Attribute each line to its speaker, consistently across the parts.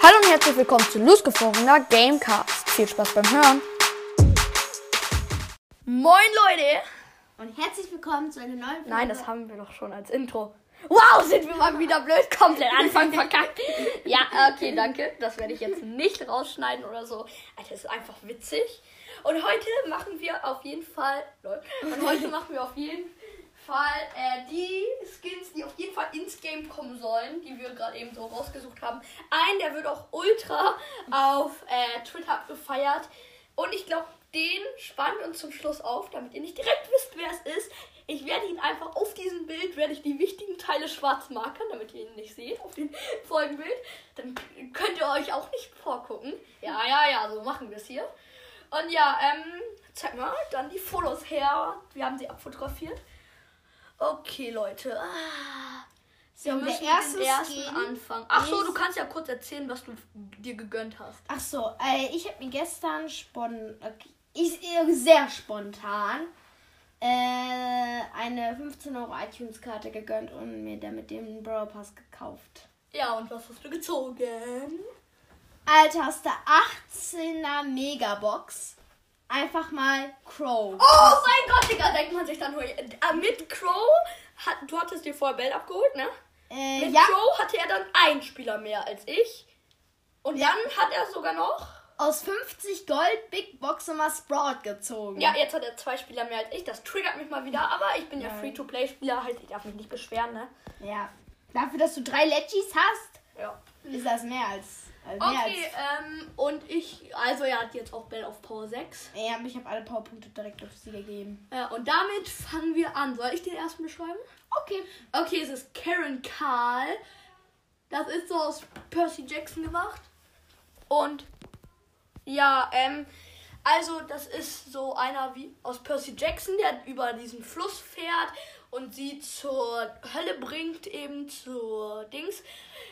Speaker 1: Hallo und herzlich willkommen zu losgefrorener Gamecast. Viel Spaß beim Hören. Moin Leute!
Speaker 2: Und herzlich willkommen zu einer neuen Folge.
Speaker 1: Nein, das haben wir doch schon als Intro. Wow, sind wir mal wieder blöd, komplett Anfang verkackt. Ja, okay, danke. Das werde ich jetzt nicht rausschneiden oder so. Alter, das ist einfach witzig. Und heute machen wir auf jeden Fall, lol, und heute machen wir auf jeden Fall äh, die Skins, die auf jeden Fall ins Game kommen sollen, die wir gerade eben so rausgesucht haben. Ein, der wird auch ultra auf äh, Twitter abgefeiert. Und ich glaube, den spannen wir uns zum Schluss auf, damit ihr nicht direkt wisst, wer es ist. Ich werde ihn einfach auf diesem Bild, werde ich die wichtigen Teile schwarz markern, damit ihr ihn nicht seht auf dem Folgenbild. Dann könnt ihr euch auch nicht vorgucken. Ja, ja, ja, so machen wir es hier. Und ja, ähm, zeig mal, dann die Fotos her. Wir haben sie abfotografiert. Okay, Leute. Ah, wir
Speaker 2: Sollen wir
Speaker 1: müssen
Speaker 2: erstens
Speaker 1: den ersten
Speaker 2: gehen?
Speaker 1: anfangen. Ach so,
Speaker 2: Ist-
Speaker 1: du kannst ja kurz erzählen, was du dir gegönnt hast.
Speaker 2: Ach so, äh, ich habe mir gestern spon okay, ich, äh, sehr spontan äh, eine 15 Euro iTunes-Karte gegönnt und mir damit den Brawl Pass gekauft.
Speaker 1: Ja, und was hast du gezogen?
Speaker 2: Alter, aus der 18er Megabox einfach mal Crow.
Speaker 1: Oh mein Gott, Digga, denkt man sich dann nur. Ah, Mit Crow, hat, du hattest dir vorher Bell abgeholt, ne?
Speaker 2: äh,
Speaker 1: Mit
Speaker 2: ja,
Speaker 1: Crow hatte er dann einen Spieler mehr als ich. Und
Speaker 2: Ja.
Speaker 1: dann hat er sogar noch.
Speaker 2: aus 50 Gold Big Box nochmal Sprout gezogen.
Speaker 1: Ja, jetzt hat er zwei Spieler mehr als ich. Das triggert mich mal wieder, aber ich bin ja
Speaker 2: Nein.
Speaker 1: Free-to-Play-Spieler, halt, ich darf mich nicht beschweren, ne?
Speaker 2: ja. Dafür, dass du drei Legis hast,
Speaker 1: Ja.
Speaker 2: ist das mehr als. Also mehr als
Speaker 1: Okay, ähm, und ich, also er hat jetzt auch Bell auf Power 6.
Speaker 2: Ja, aber ich habe alle Powerpunkte direkt auf sie gegeben.
Speaker 1: Äh, und damit fangen wir an. Soll ich den ersten beschreiben?
Speaker 2: Okay.
Speaker 1: Okay, es ist Karen Karl. Das ist so aus Percy Jackson gemacht. Und ja, ähm, also das ist so einer wie aus Percy Jackson, der über diesen Fluss fährt und sie zur Hölle bringt, eben zur Dings.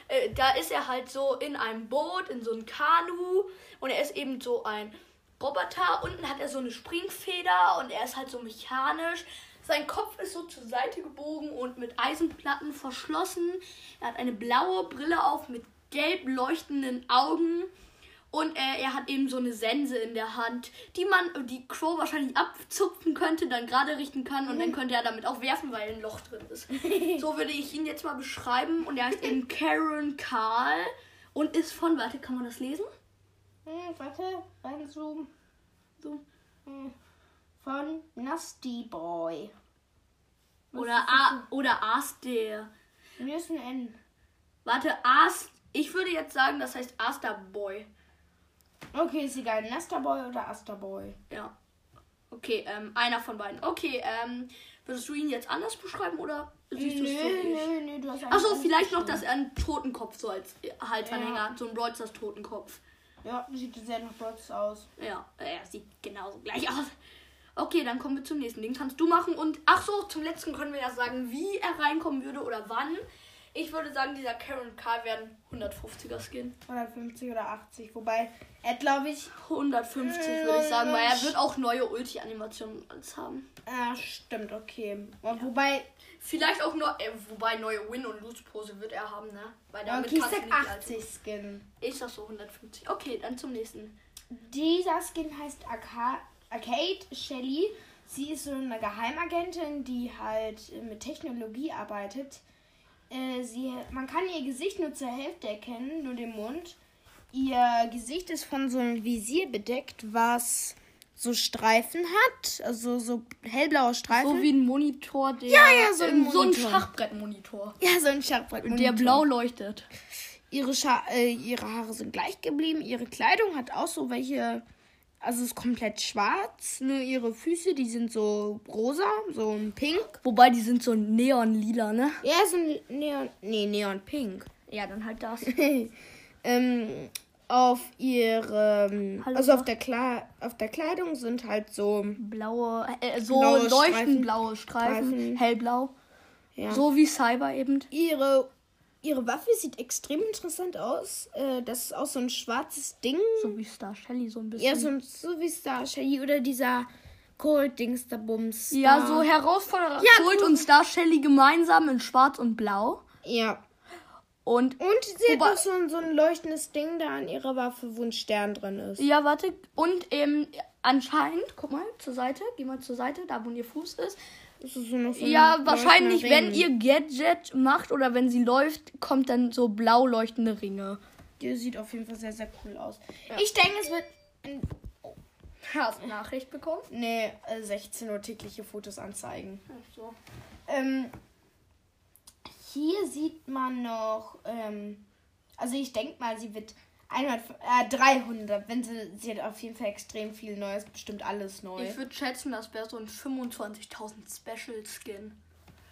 Speaker 1: Äh, da ist er halt so in einem Boot, in so einem Kanu und er ist eben so ein Roboter. Unten hat er so eine Springfeder und er ist halt so mechanisch. Sein Kopf ist so zur Seite gebogen und mit Eisenplatten verschlossen. Er hat eine blaue Brille auf mit gelb leuchtenden Augen. Und äh, er hat eben so eine Sense in der Hand, die man, die Crow wahrscheinlich abzupfen könnte, dann gerade richten kann
Speaker 2: Mhm.
Speaker 1: und dann könnte er damit auch werfen, weil ein Loch drin ist. So würde ich ihn jetzt mal beschreiben und er heißt eben Karen Karl und ist von, warte, kann man das lesen?
Speaker 2: Hm, warte, reinzoomen.
Speaker 1: So.
Speaker 2: Hm. Von Nasty Boy. Was
Speaker 1: Oder
Speaker 2: ist das
Speaker 1: A oder Aas der.
Speaker 2: denn? Hier ist ein N.
Speaker 1: Warte, Aas, ich würde jetzt sagen, das heißt Aster Boy.
Speaker 2: Okay, ist egal. Nasty Boy oder Aster Boy.
Speaker 1: Ja. Okay, ähm, einer von beiden. Okay, ähm, würdest du ihn jetzt anders beschreiben oder siehst du es so? wie ich?
Speaker 2: nö, du hast eigentlich
Speaker 1: Achso,
Speaker 2: alles
Speaker 1: vielleicht noch, dass
Speaker 2: geschrieben.
Speaker 1: er einen Totenkopf so als Halsanhänger
Speaker 2: Ja.
Speaker 1: hat, so ein Reuters Totenkopf.
Speaker 2: Ja, sieht sehr nach Bots aus.
Speaker 1: Ja, äh, er sieht genauso gleich aus. Okay, dann kommen wir zum nächsten. Den kannst du machen. Und ach so, zum letzten können wir ja sagen, wie er reinkommen würde oder wann. Ich würde sagen, dieser Karen K werden 150er Skin.
Speaker 2: 150 oder 80. Wobei, er glaube ich.
Speaker 1: 150
Speaker 2: Äh,
Speaker 1: würde ich sagen, weil er wird auch neue Ulti-Animationen und alles haben.
Speaker 2: Ah, stimmt, okay. Und wobei,
Speaker 1: Vielleicht auch nur, äh, wobei neue Win- und Lose-Pose wird er haben, ne? Weil damit
Speaker 2: okay, ich
Speaker 1: kannst du
Speaker 2: sag
Speaker 1: nicht leiten.
Speaker 2: 80 Skin.
Speaker 1: Ich sag so 150. Okay, dann zum nächsten.
Speaker 2: Dieser Skin heißt Arca Arcade Shelly. Sie ist so eine Geheimagentin, die halt äh, mit Technologie arbeitet. Äh, Sie, man kann ihr Gesicht nur zur Hälfte erkennen, nur den Mund. Ihr Gesicht ist von so einem Visier bedeckt, was so Streifen hat, also so hellblaue Streifen.
Speaker 1: So wie ein Monitor, der.
Speaker 2: Also Ja, ja, so ein
Speaker 1: ähm, so ein
Speaker 2: Monitor.
Speaker 1: Schachbrettmonitor.
Speaker 2: ja, so ein Schachbrett.
Speaker 1: Der blau leuchtet.
Speaker 2: Ihre, Scha äh, ihre Haare sind gleich geblieben. Ihre Kleidung hat auch so welche. Also ist komplett schwarz. Nur ihre Füße, die sind so rosa, so ein Pink.
Speaker 1: Wobei die sind so neonlila, ne?
Speaker 2: Ja, so ein Neon. Nee, Neon Pink.
Speaker 1: Ja, dann halt das.
Speaker 2: ähm, auf ihrem.
Speaker 1: Hallo,
Speaker 2: also auf
Speaker 1: Frau.
Speaker 2: der, Kle auf der Kleidung sind halt so.
Speaker 1: Blaue, äh, so
Speaker 2: Blaue
Speaker 1: leuchtend
Speaker 2: Streifen.
Speaker 1: blaue Streifen,
Speaker 2: Streifen.
Speaker 1: hellblau.
Speaker 2: Ja.
Speaker 1: So wie Cyber eben.
Speaker 2: Ihre. Ihre Waffe sieht extrem interessant aus. Äh, das ist auch so ein schwarzes Ding.
Speaker 1: So wie Star Shelly so ein bisschen.
Speaker 2: Ja, so, ein- so wie Star Shelly oder dieser Cold-Dings da Bums.
Speaker 1: Ja,
Speaker 2: da.
Speaker 1: so Herausforderer
Speaker 2: Ja,
Speaker 1: Gold
Speaker 2: so-
Speaker 1: und Star Shelly gemeinsam in schwarz und blau.
Speaker 2: Ja.
Speaker 1: Und,
Speaker 2: Und sie hat
Speaker 1: Wobei-
Speaker 2: noch so, ein- so ein leuchtendes Ding da an ihrer Waffe, wo ein Stern drin ist.
Speaker 1: ja, warte. Und ähm, anscheinend, guck mal zur Seite, geh mal zur Seite, da wo ihr Fuß ist.
Speaker 2: Das ist so noch so ein
Speaker 1: Ja,
Speaker 2: leuchtender
Speaker 1: wahrscheinlich,
Speaker 2: Ring.
Speaker 1: wenn ihr Gadget macht oder wenn sie läuft, kommt dann so blau leuchtende Ringe.
Speaker 2: Der sieht auf jeden Fall sehr, sehr cool aus. Ich denke, es wird. ein-
Speaker 1: Hast du Nachricht bekommen?
Speaker 2: Nee, äh, 16 Uhr tägliche Fotos anzeigen.
Speaker 1: Ach so.
Speaker 2: Ähm, hier sieht man noch, ähm, also ich denke mal, sie wird 100, äh, 300, wenn sie, sie hat auf jeden Fall extrem viel Neues, bestimmt alles neu.
Speaker 1: Ich würde schätzen, das wäre so ein 25.000 Special Skin.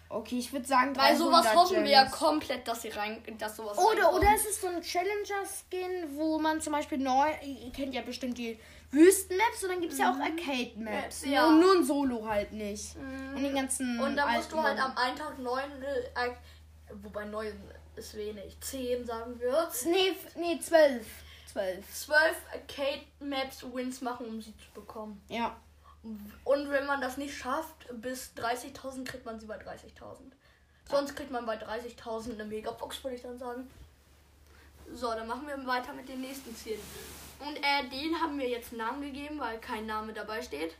Speaker 2: Okay, ich würde sagen 300
Speaker 1: Weil sowas hoffen wir ja
Speaker 2: Gems.
Speaker 1: komplett, dass sie rein, dass sowas
Speaker 2: Oder,
Speaker 1: reinkommt.
Speaker 2: oder es ist so ein Challenger-Skin, wo man zum Beispiel neu, ihr kennt ja bestimmt die Wüsten-Maps und dann gibt es ja auch Arcade-Maps.
Speaker 1: Maps, Mhm. ja. Mhm.
Speaker 2: Und nur ein Solo halt nicht. Und den ganzen
Speaker 1: Und da musst
Speaker 2: alten
Speaker 1: du halt
Speaker 2: Mann.
Speaker 1: am einen Tag neun, äh, ein- wobei neun ist wenig, zehn sagen wir,
Speaker 2: Nee, f- nee, 12. 12.
Speaker 1: zwölf Arcade Maps Wins machen, um sie zu bekommen.
Speaker 2: Ja.
Speaker 1: Und wenn man das nicht schafft, bis 30.000 kriegt man sie bei 30.000. Sonst kriegt man bei 30.000 eine Megabox, würde ich dann sagen. So, dann machen wir weiter mit den nächsten Zielen. Und äh, den haben wir jetzt einen Namen gegeben, weil kein Name dabei steht.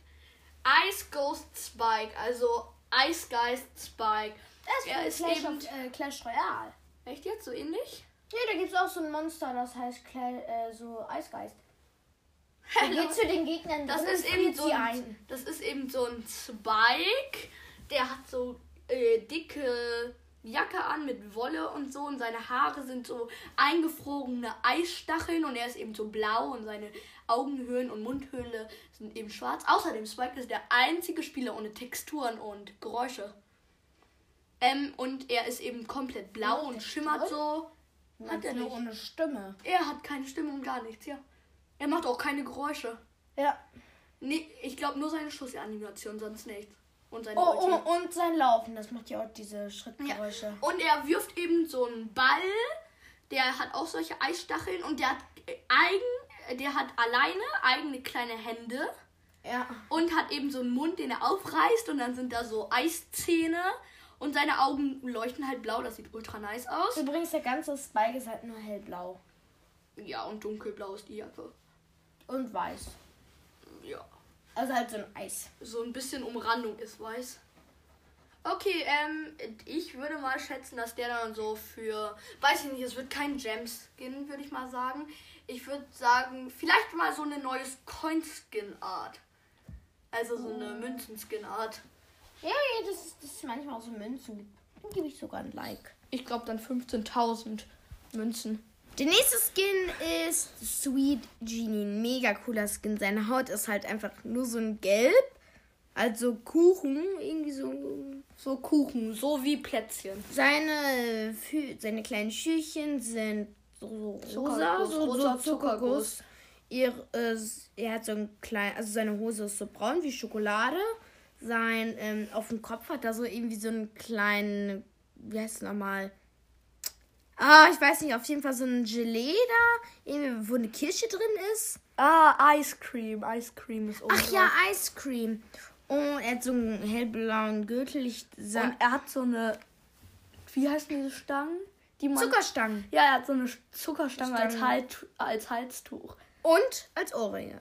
Speaker 1: Ice Ghost Spike, also Eisgeist Spike.
Speaker 2: Das
Speaker 1: Er ist
Speaker 2: ist von Clash,
Speaker 1: eben-
Speaker 2: of, äh, Clash Royale.
Speaker 1: Echt jetzt? So ähnlich?
Speaker 2: Nee, da gibt es auch so ein Monster, das heißt Cla äh, so Eisgeist. Da geht zu den Gegnern
Speaker 1: Das
Speaker 2: drin
Speaker 1: ist
Speaker 2: und
Speaker 1: eben
Speaker 2: friert
Speaker 1: so
Speaker 2: sie
Speaker 1: ein,
Speaker 2: ein.
Speaker 1: das ist eben so ein Zweig, der hat so äh, dicke Jacke an mit Wolle und so und seine Haare sind so eingefrorene Eisstacheln und er ist eben so blau und seine Augenhöhlen und Mundhöhle sind eben schwarz. Außerdem Spike ist der einzige Spieler ohne Texturen und Geräusche. Ähm, und er ist eben komplett blau und schimmert so. Hat er
Speaker 2: nur
Speaker 1: nicht.
Speaker 2: ohne Stimme.
Speaker 1: Er hat keine Stimme und gar nichts, ja. Er macht auch keine Geräusche.
Speaker 2: Ja.
Speaker 1: Nee, ich glaube nur seine Schussanimation, sonst nichts. Und seine
Speaker 2: Oh,
Speaker 1: Ulti.
Speaker 2: oh, und sein Laufen, das macht ja auch diese Schrittgeräusche.
Speaker 1: Und er wirft eben so einen Ball, der hat auch solche Eisstacheln und der hat äh, eigen, der hat alleine eigene kleine Hände
Speaker 2: Ja.
Speaker 1: und hat eben so einen Mund, den er aufreißt und dann sind da so Eiszähne und seine Augen leuchten halt blau, das sieht ultra nice aus.
Speaker 2: Übrigens, der ganze Spike ist halt nur hellblau
Speaker 1: Ja, und dunkelblau ist die Jacke.
Speaker 2: und weiß.
Speaker 1: Ja.
Speaker 2: Also halt so ein Eis.
Speaker 1: so ein bisschen Umrandung ist, weiß. Okay, ähm, ich würde mal schätzen, dass der dann so für, weiß ich nicht, es wird kein Gem-Skin, würde ich mal sagen. Ich würde sagen, vielleicht mal so eine neue Coin-Skin-Art. Also so eine Münzen-Skin-Art.
Speaker 2: Ja, ja, das ist, das ist manchmal auch so Münzen. gibt. Dann gebe ich sogar ein Like.
Speaker 1: Ich glaube dann 15.000 Münzen.
Speaker 2: Der nächste Skin ist Sweet Genie. Ein mega cooler Skin. Seine Haut ist halt einfach nur so ein Gelb. Also Kuchen, irgendwie so.
Speaker 1: So Kuchen, so wie Plätzchen.
Speaker 2: Seine, Fü- seine kleinen Schürchen sind so rosa,
Speaker 1: Zuckerguss,
Speaker 2: so,
Speaker 1: rosa
Speaker 2: so Zuckerguss. Ihr, äh, s- er hat so ein klein, also seine Hose ist so braun wie Schokolade. Sein, ähm, auf dem Kopf hat er so irgendwie so einen kleinen, wie heißt es nochmal? Ah, ich weiß nicht, auf jeden Fall so ein Gelee da, irgendwie, wo eine Kirsche drin ist.
Speaker 1: Ah, Ice Cream, Ice Cream ist
Speaker 2: Ach ja, Ice Cream. Und er hat so einen hellblauen Gürtel. Ich sag,
Speaker 1: Und er hat so eine, wie heißen diese Stangen? Die man
Speaker 2: Zuckerstangen.
Speaker 1: Ja, er hat so eine Zuckerstange als,
Speaker 2: Stange.
Speaker 1: Halt, als Halstuch.
Speaker 2: Und als Ohrringe.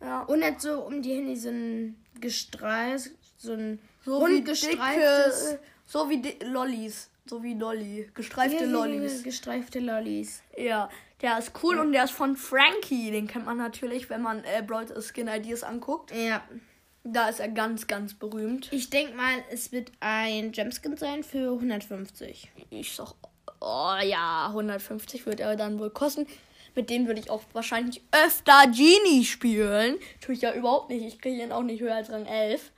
Speaker 1: Ja.
Speaker 2: Und hat so um die Hände so ein gestreift, so ein
Speaker 1: So wie
Speaker 2: rundgestreiftes.
Speaker 1: dicke, so wie di Lollis. So wie Lolli. Gestreifte
Speaker 2: Lollis.
Speaker 1: Lollis.
Speaker 2: Gestreifte Lollis.
Speaker 1: Ja. Der ist cool und der ist von Frankie. Den kennt man natürlich, wenn man äh, Brawl Skin Ideas anguckt.
Speaker 2: Ja.
Speaker 1: Da ist er ganz, ganz berühmt.
Speaker 2: Ich denke mal, es wird ein Gemskin sein für 150.
Speaker 1: Ich sag, oh ja, 150 wird er dann wohl kosten. Mit dem würde ich auch wahrscheinlich öfter Genie spielen. Tue ich ja überhaupt nicht. Ich kriege ihn auch nicht höher als Rang 11.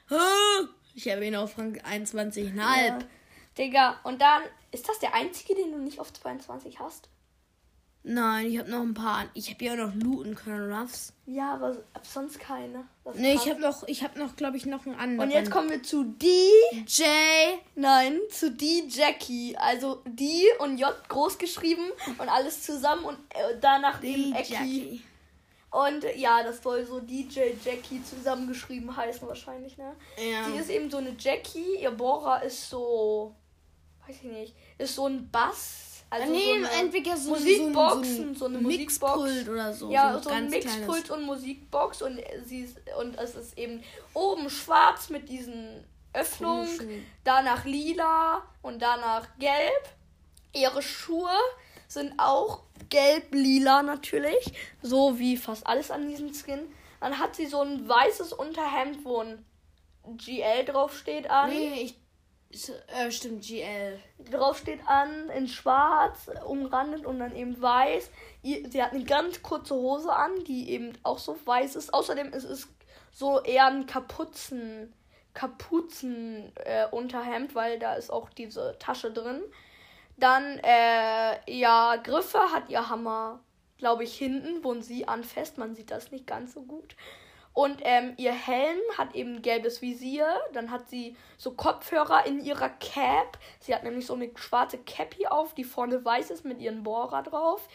Speaker 2: Ich habe ihn auf Rang 21,5.
Speaker 1: Ja. Digga, und dann ist das der einzige, den du nicht auf 22 hast?
Speaker 2: Nein, ich habe noch ein paar. Ich habe ja auch noch Loot und Colonel Ruffs.
Speaker 1: Ja, aber ab sonst keine. Das
Speaker 2: Ne,
Speaker 1: passt.
Speaker 2: ich habe noch, ich habe noch, glaube ich, noch einen anderen.
Speaker 1: Und jetzt kommen wir zu die.
Speaker 2: Jay.
Speaker 1: Nein, zu die Jackie. Also die und J groß geschrieben und alles zusammen und äh, danach
Speaker 2: Die
Speaker 1: eben Ecki.
Speaker 2: Jackie.
Speaker 1: Und äh, ja, das soll so DJ Jackie zusammengeschrieben heißen wahrscheinlich, ne?
Speaker 2: Ja.
Speaker 1: Sie ist eben so eine Jackie, ihr Bohrer ist so. Weiß ich nicht. Ist so ein Bass. Also
Speaker 3: Daneben
Speaker 1: so eine
Speaker 3: entwickelt so,
Speaker 1: Musikboxen, so eine Musikbox.
Speaker 3: Mixpult oder so.
Speaker 1: ja,
Speaker 3: ein
Speaker 1: so ein
Speaker 3: ganz
Speaker 1: Mixpult
Speaker 3: kleines.
Speaker 1: und Musikbox und sie ist, und es ist eben oben schwarz mit diesen Öffnungen,
Speaker 3: Schuhe.
Speaker 1: danach lila und danach gelb. Ihre Schuhe sind auch gelb-lila natürlich, so wie fast alles an diesem Skin. Dann hat sie so ein weißes Unterhemd, wo ein GL draufsteht an.
Speaker 3: Nee, ich. s- Äh, stimmt, GL.
Speaker 1: drauf steht an, in schwarz, umrandet und dann eben weiß. Ihr- Sie hat eine ganz kurze Hose an, die eben auch so weiß ist. Außerdem ist es so eher ein Kapuzen, Kapuzen äh, Unterhemd, weil da ist auch diese Tasche drin. Dann, äh, ja, Griffe hat ihr Hammer, glaube ich, hinten, wo sie anfasst. Man sieht das nicht ganz so gut. Und ähm, ihr Helm hat eben ein gelbes Visier. Dann hat sie so Kopfhörer in ihrer Cap. Sie hat nämlich so eine schwarze Cappy auf, die vorne weiß ist mit ihren Bohrer drauf.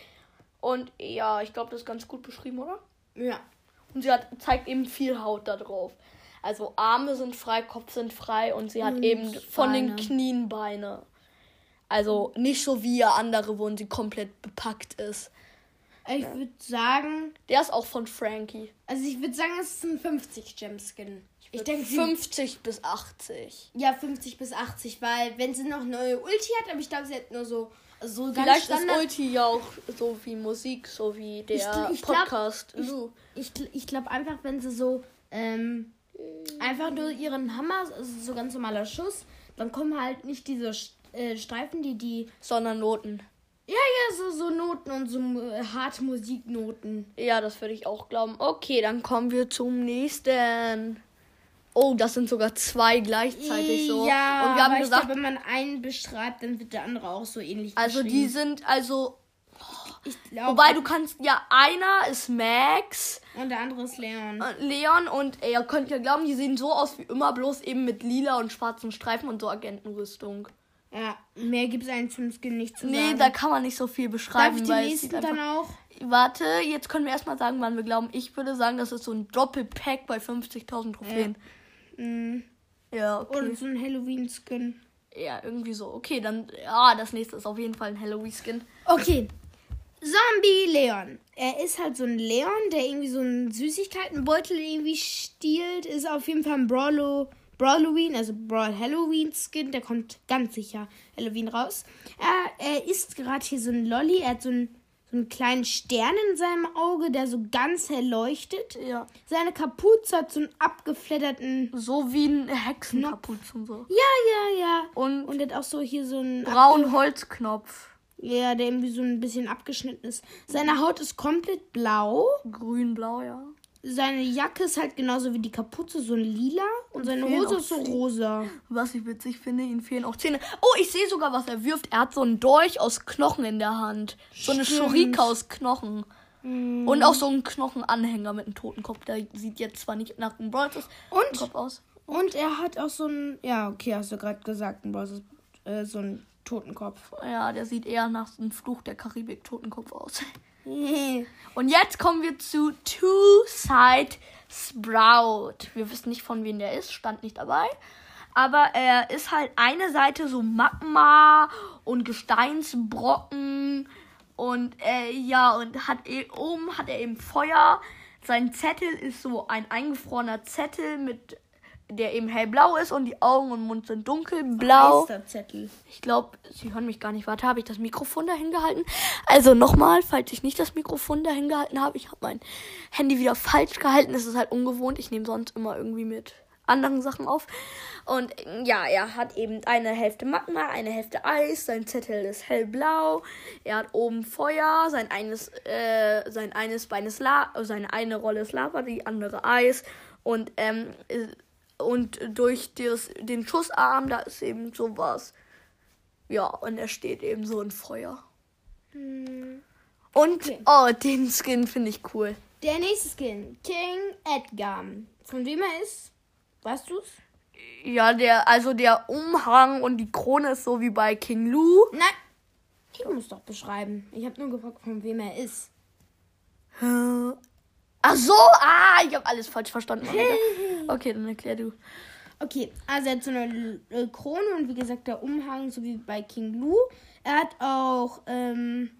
Speaker 1: Und ja, ich glaube, das ist ganz gut beschrieben, oder?
Speaker 3: Ja.
Speaker 1: Und sie hat, zeigt eben viel Haut da drauf. Also Arme sind frei, Kopf sind frei und sie hat
Speaker 3: Und
Speaker 1: eben von den
Speaker 3: Beine.
Speaker 1: Knien Beine. Also nicht so wie ihr andere, wo sie komplett bepackt ist.
Speaker 2: Ich würde sagen,
Speaker 1: Der ist auch von Frankie.
Speaker 2: also ich würde sagen, es ist ein 50 Gem Skin. Ich denke, sie-
Speaker 1: 50 bis 80.
Speaker 2: ja 50 bis 80, weil wenn sie noch neue Ulti hat, aber ich glaube, sie hat nur so so ganz
Speaker 1: Vielleicht ist
Speaker 2: Standard.
Speaker 1: Ulti ja auch so wie Musik, so wie der
Speaker 2: gl- ich glaub-
Speaker 1: Podcast. Lu.
Speaker 2: ich gl- ich glaube einfach, wenn sie so ähm, einfach nur ihren Hammer, also so ganz normaler Schuss, dann kommen halt nicht diese Sch- äh, Streifen, die die
Speaker 1: sondern Noten.
Speaker 2: ja ja so so Noten und so äh, harte Musiknoten.
Speaker 1: Ja, das würde ich auch glauben. Okay, dann kommen wir zum nächsten. Oh, das sind sogar zwei
Speaker 2: halt
Speaker 1: gleichzeitig so.
Speaker 2: Ja,
Speaker 1: Und wir
Speaker 2: aber
Speaker 1: haben
Speaker 2: ich
Speaker 1: gesagt,
Speaker 2: glaub, wenn man einen beschreibt, dann wird der andere auch so ähnlich
Speaker 1: also die
Speaker 2: geschrieben.
Speaker 1: sind also.
Speaker 2: Ich glaub,
Speaker 1: Wobei du kannst. Ja, einer ist Max,
Speaker 2: Und der andere ist Leon.
Speaker 1: äh, Leon und ey, ihr könnt ja glauben, die sehen so aus wie immer, bloß eben mit lila und schwarzen Streifen und so Agentenrüstung.
Speaker 2: Ja, mehr gibt es eigentlich zum Skin nicht zu
Speaker 1: Nee,
Speaker 2: sagen.
Speaker 1: da kann man nicht so viel
Speaker 2: Darf
Speaker 1: beschreiben.
Speaker 2: ich
Speaker 1: weil es
Speaker 2: den nächsten
Speaker 1: sieht
Speaker 2: dann
Speaker 1: einfach-
Speaker 2: auch?
Speaker 1: Warte, jetzt können wir erstmal sagen, wann wir glauben. Ich würde sagen, das ist so ein Doppelpack bei 50.000 Trophäen. Ja, okay.
Speaker 2: Oder so ein Halloween-Skin.
Speaker 1: Ja, irgendwie so. Okay, dann. Ah, das nächste ist auf jeden Fall ein Halloween-Skin.
Speaker 2: Okay. Zombie Leon. Er ist halt so ein Leon, der irgendwie so einen Süßigkeitenbeutel irgendwie stiehlt. Ist auf jeden Fall ein Brawlo, Brawloween, also Brawl Halloween Skin. Der kommt ganz sicher Halloween raus. Er, er isst gerade hier so ein Lolli. Er hat so einen, so einen kleinen Stern in seinem Auge, der so ganz hell leuchtet. Äh,
Speaker 1: Ja.
Speaker 2: Seine Kapuze hat so einen abgefledderten.
Speaker 1: So wie ein Hexenkapuzen so.
Speaker 2: Ja, ja, ja.
Speaker 1: Und,
Speaker 2: Und er hat auch so hier so einen.
Speaker 1: braunen Holzknopf.
Speaker 2: Ja, der irgendwie so ein bisschen abgeschnitten ist. Seine Haut ist komplett blau.
Speaker 1: Grün-blau, ja.
Speaker 2: Seine Jacke ist halt genauso wie die Kapuze, so ein lila. Und seine
Speaker 1: fehlen
Speaker 2: Hose
Speaker 1: auch
Speaker 2: ist so
Speaker 1: Zähne.
Speaker 2: rosa.
Speaker 1: Was ich witzig finde, ihnen fehlen auch Zähne. Oh, ich sehe sogar, was er wirft. Er hat so einen Dolch aus Knochen in der Hand. So eine
Speaker 2: Stimmt. Mhm.
Speaker 1: Schurike aus Knochen. Und auch so einen Knochenanhänger mit einem toten Kopf. Der sieht jetzt zwar nicht nach einem Brawl Stars
Speaker 2: Und?
Speaker 1: Kopf aus.
Speaker 2: Und er hat auch so ein. Ja, okay, hast du gerade gesagt, ein Bosses, äh, so ein Totenkopf.
Speaker 1: Ja, der sieht eher nach einem Fluch der Karibik-Totenkopf aus.
Speaker 2: ja,
Speaker 1: Und jetzt kommen wir zu Two-Side Sprout. Wir wissen nicht, von wem der ist, stand nicht dabei. Aber er ist halt eine Seite so Magma und Gesteinsbrocken und äh, ja, und hat eh, oben hat er eben Feuer. Sein Zettel ist so ein eingefrorener Zettel mit der eben hellblau ist und die Augen und Mund sind dunkelblau.
Speaker 2: Zettel.
Speaker 1: Ich glaube, Sie hören mich gar nicht. Warte, habe ich das Mikrofon dahin gehalten? Also nochmal, falls ich nicht das Mikrofon dahin gehalten habe, ich habe mein Handy wieder falsch gehalten. Es ist halt ungewohnt. Ich nehme sonst immer irgendwie mit anderen Sachen auf. Und äh, ja, er hat eben eine Hälfte Magma, eine Hälfte Eis. Sein Zettel ist hellblau. Er hat oben Feuer. Sein eines, äh, sein eines Bein ist La äh, seine eine Rolle ist Lava, die andere Eis. Und ähm, äh, und durch das, den Schussarm, da ist eben sowas. Ja, und er steht eben so in Feuer.
Speaker 2: Hm.
Speaker 1: Und, oh, den Skin finde ich cool.
Speaker 2: Der nächste Skin, King Edgar. Von wem er ist, weißt du's?
Speaker 1: Ja, der, also der Umhang und die Krone ist so wie bei King Lou.
Speaker 2: Nein. Ich muss doch beschreiben. Ich habe nur gefragt, von wem er ist. Hm.
Speaker 1: Ach so, ah, ich habe alles falsch verstanden. Monika. Okay, dann erklär du.
Speaker 2: Okay, also er hat so eine L- äh, Krone und wie gesagt der Umhang, so wie bei King Lou. Er hat auch ähm,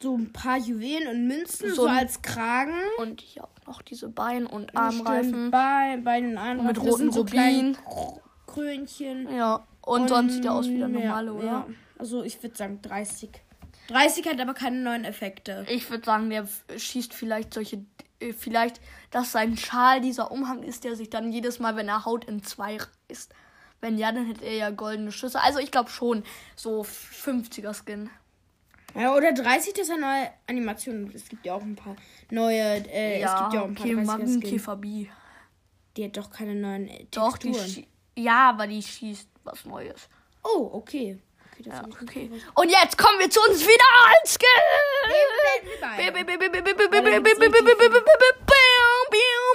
Speaker 2: so ein paar Juwelen und Münzen, so,
Speaker 1: So ein-
Speaker 2: als Kragen.
Speaker 1: Und hier auch noch diese Bein- und
Speaker 2: Stimmt,
Speaker 1: Armreifen.
Speaker 2: Bei, bei den Armreifen.
Speaker 1: Mit
Speaker 2: das
Speaker 1: roten
Speaker 2: sind so
Speaker 1: Rubinen.
Speaker 2: kleine Kr- Krönchen. Mm,
Speaker 1: Ja. Und, sonst sieht er aus wie der
Speaker 2: Hm, ja,
Speaker 1: normale, oder?
Speaker 2: Ja. Also ich würde sagen 30. 30 hat aber keine neuen Effekte.
Speaker 1: Ich würde sagen, der f- schießt vielleicht solche. äh, Vielleicht, dass sein Schal dieser Umhang ist, der sich dann jedes Mal, wenn er haut, in zwei reißt. Wenn ja, dann hätte er ja goldene Schüsse. Also ich glaube schon, so 50er-Skin.
Speaker 2: Ja, oder 30, dass er neue Animationen. Es gibt ja auch ein paar neue. Äh, es gibt ja auch ein paar
Speaker 1: okay,
Speaker 2: 30er Skins.
Speaker 1: Marienkäfer B.
Speaker 2: Die hat doch keine neuen äh,
Speaker 1: Doch, die
Speaker 2: Texturen.
Speaker 1: schie- Ja, aber die schießt was Neues.
Speaker 2: Oh, okay. Okay, das
Speaker 1: Ja,
Speaker 2: ist
Speaker 1: okay. Und jetzt kommen wir zu uns finalen Skin!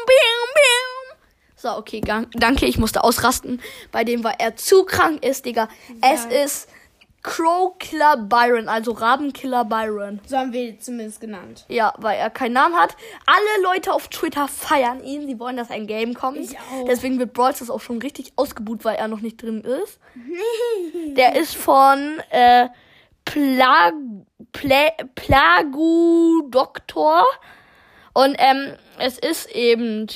Speaker 2: Baby.
Speaker 1: So, okay, gan- danke, ich musste ausrasten. Bei dem, weil er zu krank ist, Digga. Es ist Crow Killer Byron, also Rabenkiller Byron.
Speaker 2: So haben wir ihn zumindest genannt.
Speaker 1: Ja, weil er keinen Namen hat. Alle Leute auf Twitter feiern ihn. Sie wollen, dass ein Game kommt.
Speaker 2: Ich auch.
Speaker 1: Deswegen wird Brawl Stars auch schon richtig ausgebuht, weil er noch nicht drin ist. Der ist von äh, Pla Pla Plagu Doktor. Und ähm, es ist eben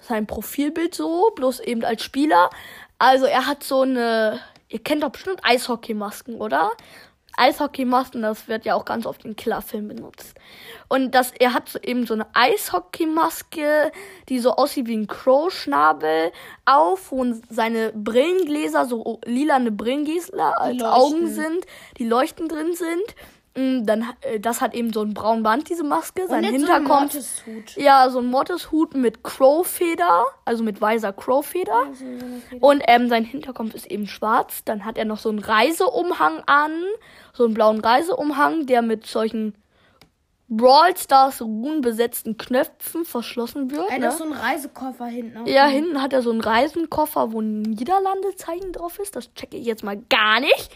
Speaker 1: sein Profilbild so, bloß eben als Spieler. Also er hat so eine, ihr kennt doch bestimmt Eishockeymasken, oder? Eishockeymasken, das wird ja auch ganz oft in Killerfilmen benutzt. Und das, er hat so eben so eine Eishockeymaske, die so aussieht wie ein Crow-Schnabel auf, wo seine Brillengläser, so lilane Brillengläser als
Speaker 2: leuchten.
Speaker 1: Augen sind, die leuchten drin sind. Mm, Dann, äh, das hat eben so einen braunen Band, diese Maske. Sein
Speaker 2: jetzt
Speaker 1: Hinterkopf
Speaker 2: So einen Mortis-Hut.
Speaker 1: ja, so ein Mortis-Hut mit Crow-Feder, also mit weißer Crow-Feder. Und ähm, sein Hinterkopf ist eben schwarz. Dann hat er noch so einen Reiseumhang an, so einen blauen Reiseumhang, der mit solchen Brawl Stars Runen besetzten Knöpfen verschlossen wird.
Speaker 2: Er hat
Speaker 1: ne?
Speaker 2: auch so einen Reisekoffer hinten. auf
Speaker 1: Ja,
Speaker 2: dem-
Speaker 1: hinten hat er so einen Reisenkoffer, wo ein Niederlande-Zeichen drauf ist. Das checke ich jetzt mal gar nicht.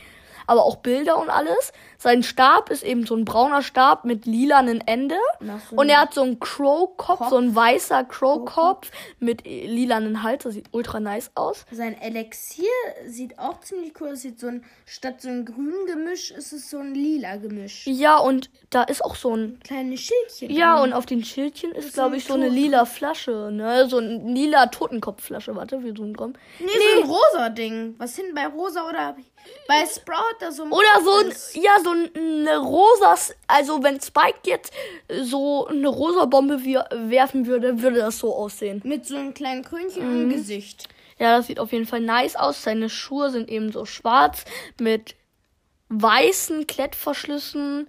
Speaker 1: Aber auch Bilder und alles. Sein Stab ist eben so ein brauner Stab mit lilanen Ende.
Speaker 2: Ach so.
Speaker 1: Und er hat so einen Crow-Kopf, so ein weißer Crow-Kopf mit äh, lilanen Hals. Das sieht ultra nice aus.
Speaker 2: Sein Elixier sieht auch ziemlich cool aus. Sieht so ein, statt so ein grünen Gemisch ist es so ein lila Gemisch.
Speaker 1: Ja, und da ist auch so ein.
Speaker 2: Kleine Schildchen.
Speaker 1: Ja, und auf den Schildchen ist, glaube
Speaker 2: Mhm. ein
Speaker 1: ich, so eine
Speaker 2: Toten-
Speaker 1: lila Flasche. Ne? So ein lila Totenkopfflasche. Warte, wir zoomen drum.
Speaker 2: Nee, so ein rosa Ding. Was hinten bei rosa oder bei Sprout da so ein
Speaker 1: Oder so,
Speaker 2: Kopf
Speaker 1: ein,
Speaker 2: ist.
Speaker 1: ja, so eine rosa, also wenn Spike jetzt so eine rosa Bombe wir- werfen würde, würde das so aussehen.
Speaker 2: Mit so einem kleinen Krönchen
Speaker 1: Mhm.
Speaker 2: im Gesicht.
Speaker 1: Ja, das sieht auf jeden Fall nice aus. Seine Schuhe sind eben so schwarz mit weißen Klettverschlüssen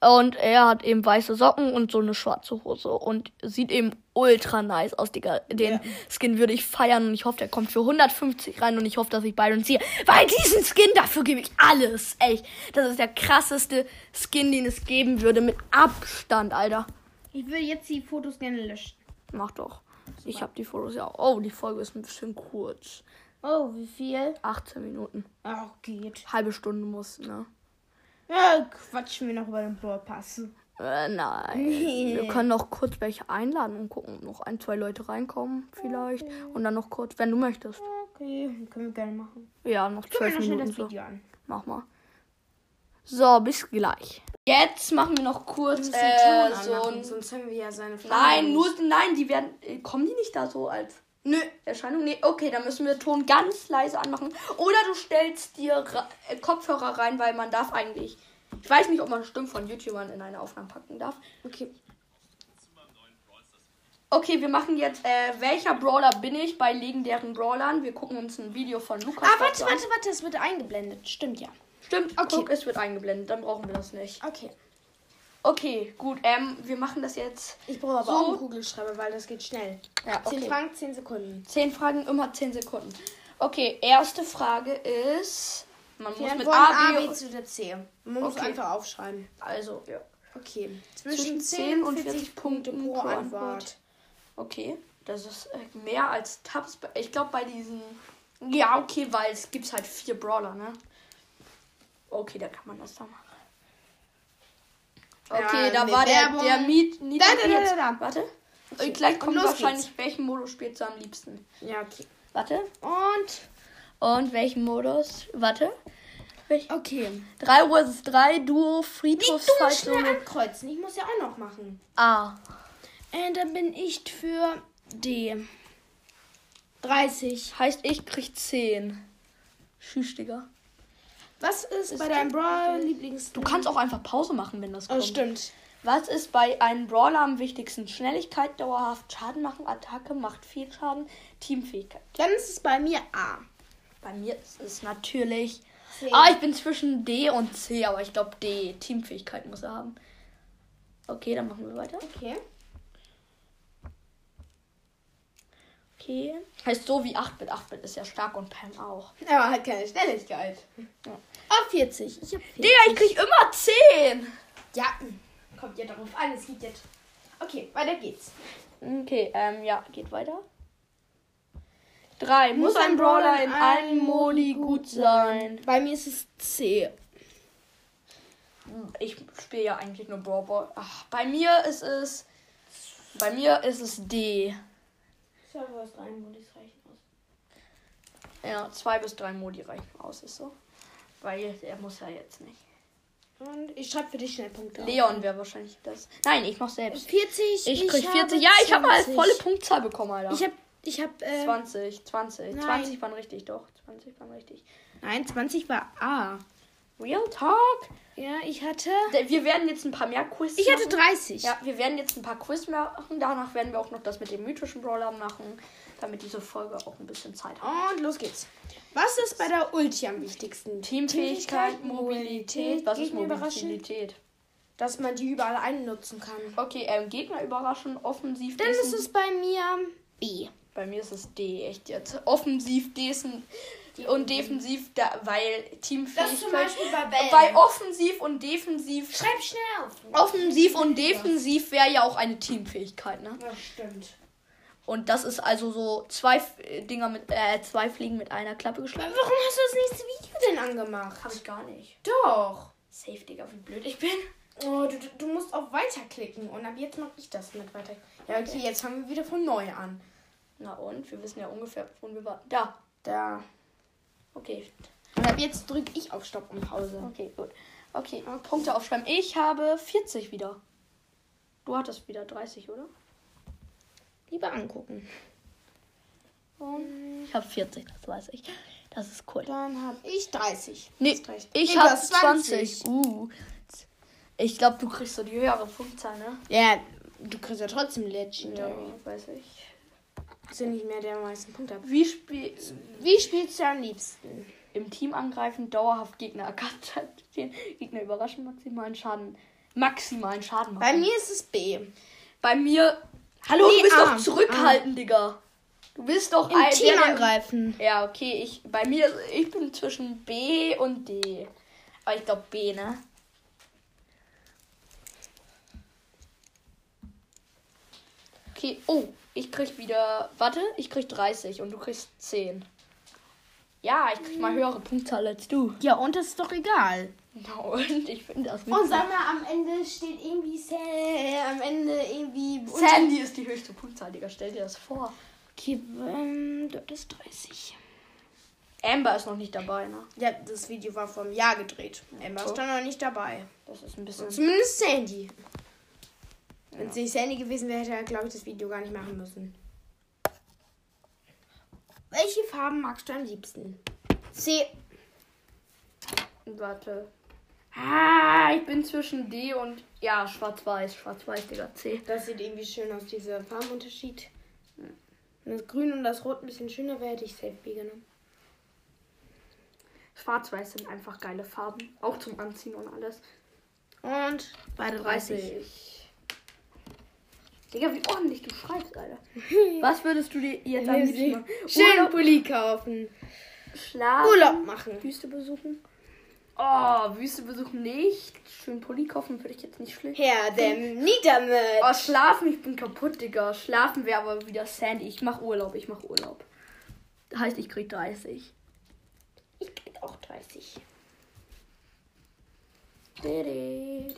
Speaker 1: und er hat eben weiße Socken und so eine schwarze Hose und sieht eben ultra nice aus. Digga. Den
Speaker 2: Ja.
Speaker 1: Skin würde ich feiern und ich hoffe, der kommt für 150 rein und ich hoffe, dass ich Byron ziehe, weil diesen Skin, dafür gebe ich alles. Echt, das ist der krasseste Skin, den es geben würde mit Abstand, Alter.
Speaker 2: Ich will jetzt die Fotos gerne löschen.
Speaker 1: Mach doch. Ich habe die Fotos ja auch. Oh, die Folge ist ein bisschen kurz.
Speaker 2: Oh, wie viel?
Speaker 1: 18 Minuten.
Speaker 2: Ach, geht.
Speaker 1: halbe Stunde muss, ne?
Speaker 2: Ja, quatschen wir noch über den Vorpass.
Speaker 1: Äh, nein.
Speaker 2: Nee.
Speaker 1: Wir können noch kurz welche einladen und gucken, ob noch ein, zwei Leute reinkommen vielleicht. Und dann noch kurz, wenn du möchtest.
Speaker 2: Okay, können wir gerne machen.
Speaker 1: Ja, noch
Speaker 2: Guck mir
Speaker 1: zwölf
Speaker 2: noch schnell
Speaker 1: Minuten.
Speaker 2: das
Speaker 1: So.
Speaker 2: Video an.
Speaker 1: Mach mal. So, bis gleich. Jetzt machen wir noch kurz äh, so ein...
Speaker 2: sonst haben wir ja seine Frage.
Speaker 1: Nein, nur, nein, die werden, äh, kommen die nicht da so als
Speaker 2: Nö.
Speaker 1: Erscheinung? Nee, okay, dann müssen wir Ton ganz leise anmachen. Oder du stellst dir Ra äh, Kopfhörer rein, weil man darf eigentlich, ich weiß nicht, ob man Stimmen von YouTubern in eine Aufnahme packen darf.
Speaker 2: Okay.
Speaker 1: Okay, wir machen jetzt, äh, welcher Brawler bin ich bei legendären Brawlern? Wir gucken uns ein Video von Lukas
Speaker 2: Ah, warte,
Speaker 1: dazu an.
Speaker 2: warte, warte, das wird eingeblendet. Stimmt ja.
Speaker 1: Stimmt,
Speaker 2: Okay.
Speaker 1: guck, es wird eingeblendet, dann brauchen wir das nicht.
Speaker 2: Okay.
Speaker 1: Okay, gut, ähm, wir machen das jetzt.
Speaker 2: Ich brauche aber
Speaker 1: So.
Speaker 2: auch einen Kugelschreiber, weil das geht schnell.
Speaker 1: Ja,
Speaker 2: Zehn
Speaker 1: okay.
Speaker 2: Fragen, zehn Sekunden.
Speaker 1: Zehn Fragen, immer zehn Sekunden. Okay, erste Frage ist, man
Speaker 2: Wir
Speaker 1: muss mit
Speaker 2: antworten
Speaker 1: A, B,
Speaker 2: A, B zu der C. Man muss
Speaker 1: Okay.
Speaker 2: einfach aufschreiben.
Speaker 1: also, ja.
Speaker 2: Okay.
Speaker 1: Zwischen 10 und 40 Punkte pro Antwort. Okay, das ist äh, mehr als Tabs. bei- Ich glaube bei diesen. Ja, okay, weil es gibt halt vier Brawler, ne? Okay, da kann man das da machen. Okay,
Speaker 2: Ja,
Speaker 1: da
Speaker 2: nee,
Speaker 1: war der,
Speaker 2: ne, Werbung.
Speaker 1: der Miet.
Speaker 2: Da, da, da, da, da.
Speaker 1: Warte. Und gleich kommt
Speaker 2: los
Speaker 1: wahrscheinlich, welchen Modus spielst du am liebsten?
Speaker 2: Ja, okay.
Speaker 1: Warte.
Speaker 2: Und.
Speaker 1: Und welchen Modus? Warte.
Speaker 2: Okay.
Speaker 1: 3 vs 3, Duo,
Speaker 2: Du musst
Speaker 1: Friedhofsfight,
Speaker 2: schnell
Speaker 1: Solo.
Speaker 2: ankreuzen. Ich muss ja auch noch machen.
Speaker 1: A.
Speaker 2: Äh, dann bin ich für D. 30.
Speaker 1: Heißt, ich krieg 10. Tschüss, Digga.
Speaker 2: Was ist, bei deinem Brawl Lieblings?
Speaker 1: Du kannst auch einfach Pause machen, wenn das
Speaker 2: Oh,
Speaker 1: kommt.
Speaker 2: stimmt.
Speaker 1: Was ist bei einem Brawler am wichtigsten? Schnelligkeit, dauerhaft Schaden machen, Attacke macht viel Schaden, Teamfähigkeit.
Speaker 2: Dann ist es bei mir A.
Speaker 1: Bei mir ist es natürlich.
Speaker 2: C.
Speaker 1: Ah, ich bin zwischen D und C, aber ich glaube D. Teamfähigkeit muss er haben. Okay, dann machen wir weiter.
Speaker 2: Okay.
Speaker 1: Okay. Heißt so wie 8-Bit. 8-Bit ist ja stark und Pam auch.
Speaker 2: Aber hat keine Schnelligkeit. Oh, 40. Ich hab 40.
Speaker 1: Digga, ich krieg immer 10.
Speaker 2: Ja. Kommt ja darauf an, es geht jetzt. Okay, weiter geht's.
Speaker 1: Okay, ähm, ja, geht weiter. 3. Muss ein Brawler in allen Modi gut sein?
Speaker 2: Bei mir ist es C.
Speaker 1: Ich spiele ja eigentlich nur Brawl Ball. Ach, bei mir ist es. Bei mir ist es D.
Speaker 2: Server aus drei Modis reichen aus.
Speaker 1: Ja, zwei bis drei Modi reichen aus, ist so. Weil er muss ja jetzt nicht.
Speaker 2: Und ich schreibe für dich Schnellpunkte. auf.
Speaker 1: Leon wäre wahrscheinlich das. Nein, ich mach selbst.
Speaker 2: 40.
Speaker 1: Ich, krieg
Speaker 2: habe
Speaker 1: 40. Ja, ich habe mal
Speaker 2: 20.
Speaker 1: volle Punktzahl bekommen, Alter.
Speaker 2: Ich hab. Ich hab. Ähm,
Speaker 1: 20, 20.
Speaker 2: Nein.
Speaker 1: 20 waren richtig, doch. 20 waren richtig.
Speaker 2: Nein, 20 war A.
Speaker 1: Real Talk.
Speaker 2: Ja, ich hatte.
Speaker 1: Wir werden jetzt ein paar mehr Quiz
Speaker 2: Ich hatte
Speaker 1: machen.
Speaker 2: 30.
Speaker 1: Ja, wir werden jetzt ein paar Quiz machen. Danach werden wir auch noch das mit dem mythischen Brawler machen, damit diese Folge auch ein bisschen Zeit hat.
Speaker 2: Und los geht's. Was ist bei der Ulti am wichtigsten?
Speaker 1: Teamfähigkeit, Mobilität. Was ist
Speaker 2: Gegner überraschen,
Speaker 1: Mobilität?
Speaker 2: Dass man die überall einnutzen kann.
Speaker 1: Okay, ähm, Gegner überraschen, offensiv.
Speaker 2: Dann ist
Speaker 1: dessen-
Speaker 2: es bei mir B.
Speaker 1: Bei mir ist es D, echt jetzt. Offensiv, dessen und defensiv, da, weil Teamfähigkeit.
Speaker 2: bei
Speaker 1: bei offensiv und defensiv.
Speaker 2: Schreib schnell auf.
Speaker 1: Offensiv und defensiv wäre ja auch eine Teamfähigkeit, ne?
Speaker 2: Ja, stimmt.
Speaker 1: Und das ist also so zwei F- äh, Dinger mit äh, zwei Fliegen mit einer Klappe
Speaker 2: Warum
Speaker 1: geschlagen.
Speaker 2: hast du das nächste Video denn angemacht?
Speaker 1: ich gar nicht.
Speaker 2: Doch.
Speaker 1: Safe, Digga, wie blöd ich bin.
Speaker 2: Oh, du, du musst auf weiterklicken und ab jetzt mache ich das mit weiter. Ja, okay, jetzt fangen wir wieder von neu an.
Speaker 1: Na und? Wir wissen ja ungefähr, wo wir waren. Da.
Speaker 2: Da.
Speaker 1: Okay.
Speaker 2: Und ab jetzt drücke ich auf Stopp und Pause.
Speaker 1: Okay, gut. Okay, Punkte aufschreiben. Ich habe 40 wieder. Du hattest wieder 30, oder?
Speaker 2: Lieber angucken.
Speaker 1: Ich habe 40, das weiß ich. Das ist cool.
Speaker 2: Dann habe ich 30.
Speaker 1: Nee,
Speaker 2: Hast recht.
Speaker 1: ich
Speaker 2: Nee,
Speaker 1: habe
Speaker 2: du hast 20.
Speaker 1: 20. Uh. Ich glaube, du kriegst so die höhere Punktzahl, ne?
Speaker 2: Ja, du kriegst ja trotzdem Legendary.
Speaker 1: weiß ich.
Speaker 2: Ist ja nicht mehr der meisten Punkte.
Speaker 1: Wie spiel
Speaker 2: Wie spielst du am liebsten?
Speaker 1: im Team angreifen, dauerhaft Gegner erkannt hat, den Gegner überraschen, maximalen Schaden. Maximalen Schaden machen.
Speaker 2: Bei mir ist es B. Im
Speaker 1: Bei mir. Hallo,
Speaker 2: Nee,
Speaker 1: du bist
Speaker 2: A.
Speaker 1: doch zurückhaltend, Digga. Du bist doch ein
Speaker 2: Team
Speaker 1: der- der-
Speaker 2: angreifen.
Speaker 1: Ja, okay, ich bei mir also ich bin zwischen B und D. Aber ich glaube B, ne? Okay, oh, ich krieg wieder, warte, ich krieg 30 und du kriegst 10. Ja, ich krieg mal höhere Punktzahl als du.
Speaker 2: Ja, und das ist doch egal.
Speaker 1: Na und ich finde das
Speaker 2: Und
Speaker 1: witzig.
Speaker 2: sag mal, am Ende steht irgendwie Sa äh, am Ende irgendwie.
Speaker 1: Sandy ist die höchste Punktzahl, Digga, stell dir das vor.
Speaker 2: Okay, ähm, du hattest 30.
Speaker 1: Amber ist noch nicht dabei, ne?
Speaker 2: Ja, das Video war vor einem Jahr gedreht. Emma ist
Speaker 1: Okay.
Speaker 2: da noch nicht dabei.
Speaker 1: Das ist ein bisschen
Speaker 2: Zumindest Sandy. Wenn es nicht Sandy gewesen wäre, hätte er, glaube ich, das Video gar nicht machen müssen. Welche Farben magst du am liebsten? C.
Speaker 1: Warte. Ah, ich bin zwischen D und. Ja, schwarz-weiß. Schwarz-weiß, Digga. C.
Speaker 2: Das sieht irgendwie schön aus, dieser Farbenunterschied. Wenn Hm. das Grün und das Rot ein bisschen schöner wäre, hätte ich Safe B genommen.
Speaker 1: Schwarz-weiß sind einfach geile Farben. Auch zum Anziehen und alles.
Speaker 2: Und beide 30.
Speaker 1: Digga, wie ordentlich du schreibst, Alter. Was würdest du dir jetzt am liebsten machen?
Speaker 2: Schön
Speaker 1: Urlaub,
Speaker 2: Pulli kaufen.
Speaker 1: schlafen,
Speaker 2: Urlaub machen.
Speaker 1: Wüste besuchen. Oh, Wüste besuchen nicht. Schön Pulli kaufen würde ich jetzt nicht schlecht.
Speaker 2: Herr, dem Niedermüll.
Speaker 1: Oh, schlafen, ich bin kaputt, Digga. Schlafen wäre aber wieder Sandy. Ich mach Urlaub, ich mach Urlaub. Heißt, ich krieg 30.
Speaker 2: Ich krieg auch 30.
Speaker 1: Du